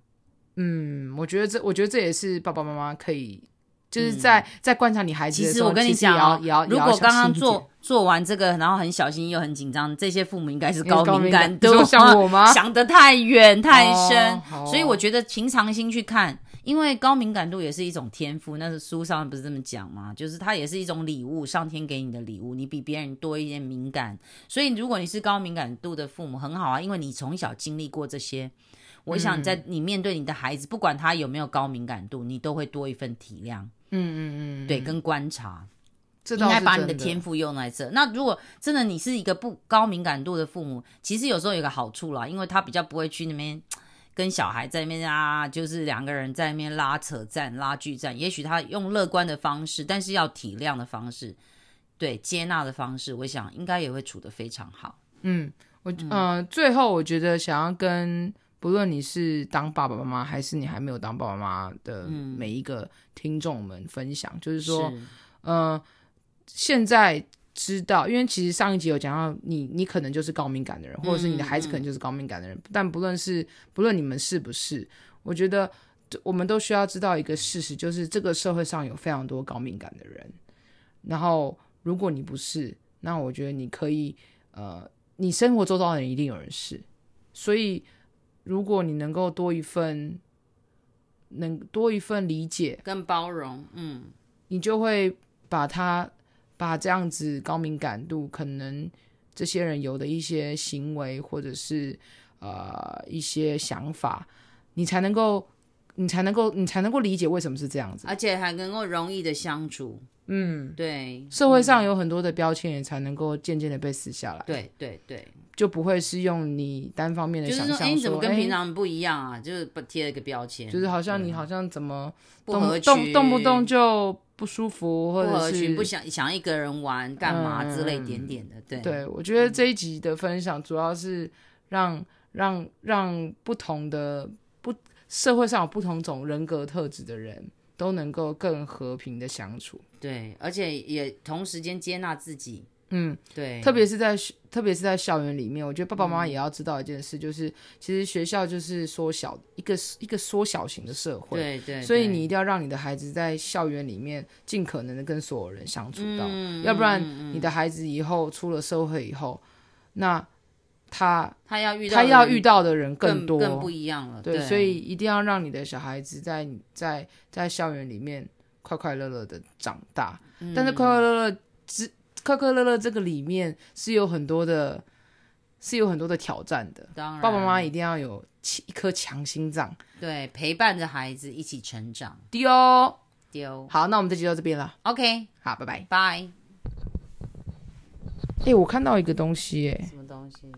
[SPEAKER 2] 嗯，我觉得这，我觉得这也是爸爸妈妈可以，就是
[SPEAKER 1] 嗯
[SPEAKER 2] 在、在观察你孩子
[SPEAKER 1] 其
[SPEAKER 2] 的
[SPEAKER 1] 实
[SPEAKER 2] 时候，
[SPEAKER 1] 我跟你
[SPEAKER 2] 也
[SPEAKER 1] 讲
[SPEAKER 2] 要
[SPEAKER 1] 哦
[SPEAKER 2] 也要，
[SPEAKER 1] 如
[SPEAKER 2] 也要
[SPEAKER 1] 果刚
[SPEAKER 2] 小心
[SPEAKER 1] 刚
[SPEAKER 2] 一
[SPEAKER 1] 做做完这个，然后很小心又很紧张，这些父母应该是
[SPEAKER 2] 点
[SPEAKER 1] 高敏感
[SPEAKER 2] 你
[SPEAKER 1] 度
[SPEAKER 2] 说，像我吗？
[SPEAKER 1] 想得太远太深，
[SPEAKER 2] 哦好哦
[SPEAKER 1] 所以我觉得平常心去看，因为高敏感度也是一种天赋。那是书上不是这么讲吗？就是它也是一种礼物，上天给你的礼物，你比别人多一点敏感。所以如果你是高敏感度的父母，很好啊，因为你从小经历过这些。我想你在
[SPEAKER 2] 嗯
[SPEAKER 1] 你面对你的孩子，不管他有没有高敏感度，你都会多一份体谅，
[SPEAKER 2] 嗯嗯嗯，
[SPEAKER 1] 对，跟观察。
[SPEAKER 2] 这
[SPEAKER 1] 应
[SPEAKER 2] 倒
[SPEAKER 1] 该
[SPEAKER 2] 是
[SPEAKER 1] 把你的
[SPEAKER 2] 真的
[SPEAKER 1] 天赋用来这。那如果真的你是一个不高敏感度的父母，其实有时候有个好处啦，因为他比较不会去那边跟小孩在那边啊，就是两个人在那边拉扯战、拉锯战。也许他用乐观的方式，但是要体谅的方式，对接纳的方式，我想应该也会处得非常好。
[SPEAKER 2] 嗯，我呃，最后我觉得想要跟不论你是当爸爸妈妈还是你还没有当爸爸妈妈的
[SPEAKER 1] 嗯
[SPEAKER 2] 每一个听众们分享，就是
[SPEAKER 1] 是
[SPEAKER 2] 说，呃，现在知道，因为其实上一集有讲到你，你可能就是高敏感的人，或者是你的孩子可能就是高敏感的人。但不论是不论你们是不是，我觉得这我们都需要知道一个事实，就是这个社会上有非常多高敏感的人。然后，如果你不是，那我觉得你可以，呃，你生活周遭的人一定有人是，所以如果你能够多一份，能多一份理解，
[SPEAKER 1] 跟包容，嗯，
[SPEAKER 2] 你就会把他把这样子高敏感度，可能这些人有的一些行为或者是呃一些想法，你才能够，你才能够，你才能够理解为什么是这样子。
[SPEAKER 1] 而且还能够容易的相处，嗯，对，
[SPEAKER 2] 社会上有很多的标签，也才能够渐渐的被撕下来，
[SPEAKER 1] 对对对。
[SPEAKER 2] 就不会是用你单方面的
[SPEAKER 1] 就是
[SPEAKER 2] 想
[SPEAKER 1] 说，
[SPEAKER 2] 象
[SPEAKER 1] 哎、你怎么跟
[SPEAKER 2] 哎
[SPEAKER 1] 平常不一样啊？就是贴了一个标签，
[SPEAKER 2] 就是好像你好像怎么
[SPEAKER 1] 不合
[SPEAKER 2] 动
[SPEAKER 1] 群
[SPEAKER 2] 动动不动就不舒服，或
[SPEAKER 1] 不合
[SPEAKER 2] 者
[SPEAKER 1] 群，
[SPEAKER 2] 是嗯
[SPEAKER 1] 不想想一个人玩干嘛之类点点的，对嗯
[SPEAKER 2] 对，我觉得这一集的分享主要是让让让不同的不社会上有不同种人格特质的人都能够更和平的相处。
[SPEAKER 1] 对而且也同时间接纳自己，
[SPEAKER 2] 嗯，
[SPEAKER 1] 对，嗯
[SPEAKER 2] 特别是在学特别是在校园里面，我觉得爸爸妈妈也要知道一件事，就是其实学校就是缩小一个一个缩小型的社会，
[SPEAKER 1] 对对，
[SPEAKER 2] 所以
[SPEAKER 1] 对
[SPEAKER 2] 你一定要让你的孩子在校园里面尽可能的跟所有人相处到，
[SPEAKER 1] 嗯
[SPEAKER 2] 要不然你的孩子以后出了社会以后，那他
[SPEAKER 1] 他要遇到
[SPEAKER 2] 他
[SPEAKER 1] 的
[SPEAKER 2] 要
[SPEAKER 1] 人
[SPEAKER 2] 遇到的人
[SPEAKER 1] 更
[SPEAKER 2] 多，
[SPEAKER 1] 更不一样了，
[SPEAKER 2] 对，
[SPEAKER 1] 对，
[SPEAKER 2] 所以一定要让你的小孩子在在在校园里面快快乐乐的长大。
[SPEAKER 1] 嗯
[SPEAKER 2] 但是快快乐乐之快快乐乐这个里面是有很多的，是有很多的挑战的。
[SPEAKER 1] 当然
[SPEAKER 2] 爸爸妈妈一定要有起一颗强心脏。
[SPEAKER 1] 对陪伴着孩子一起成长。
[SPEAKER 2] 丢，哦
[SPEAKER 1] 丢
[SPEAKER 2] 好，那我们这集到这边了。
[SPEAKER 1] ，OK，
[SPEAKER 2] 好，拜拜。
[SPEAKER 1] 拜。
[SPEAKER 2] 哎、我看到一个东西、诶
[SPEAKER 1] 什么东西？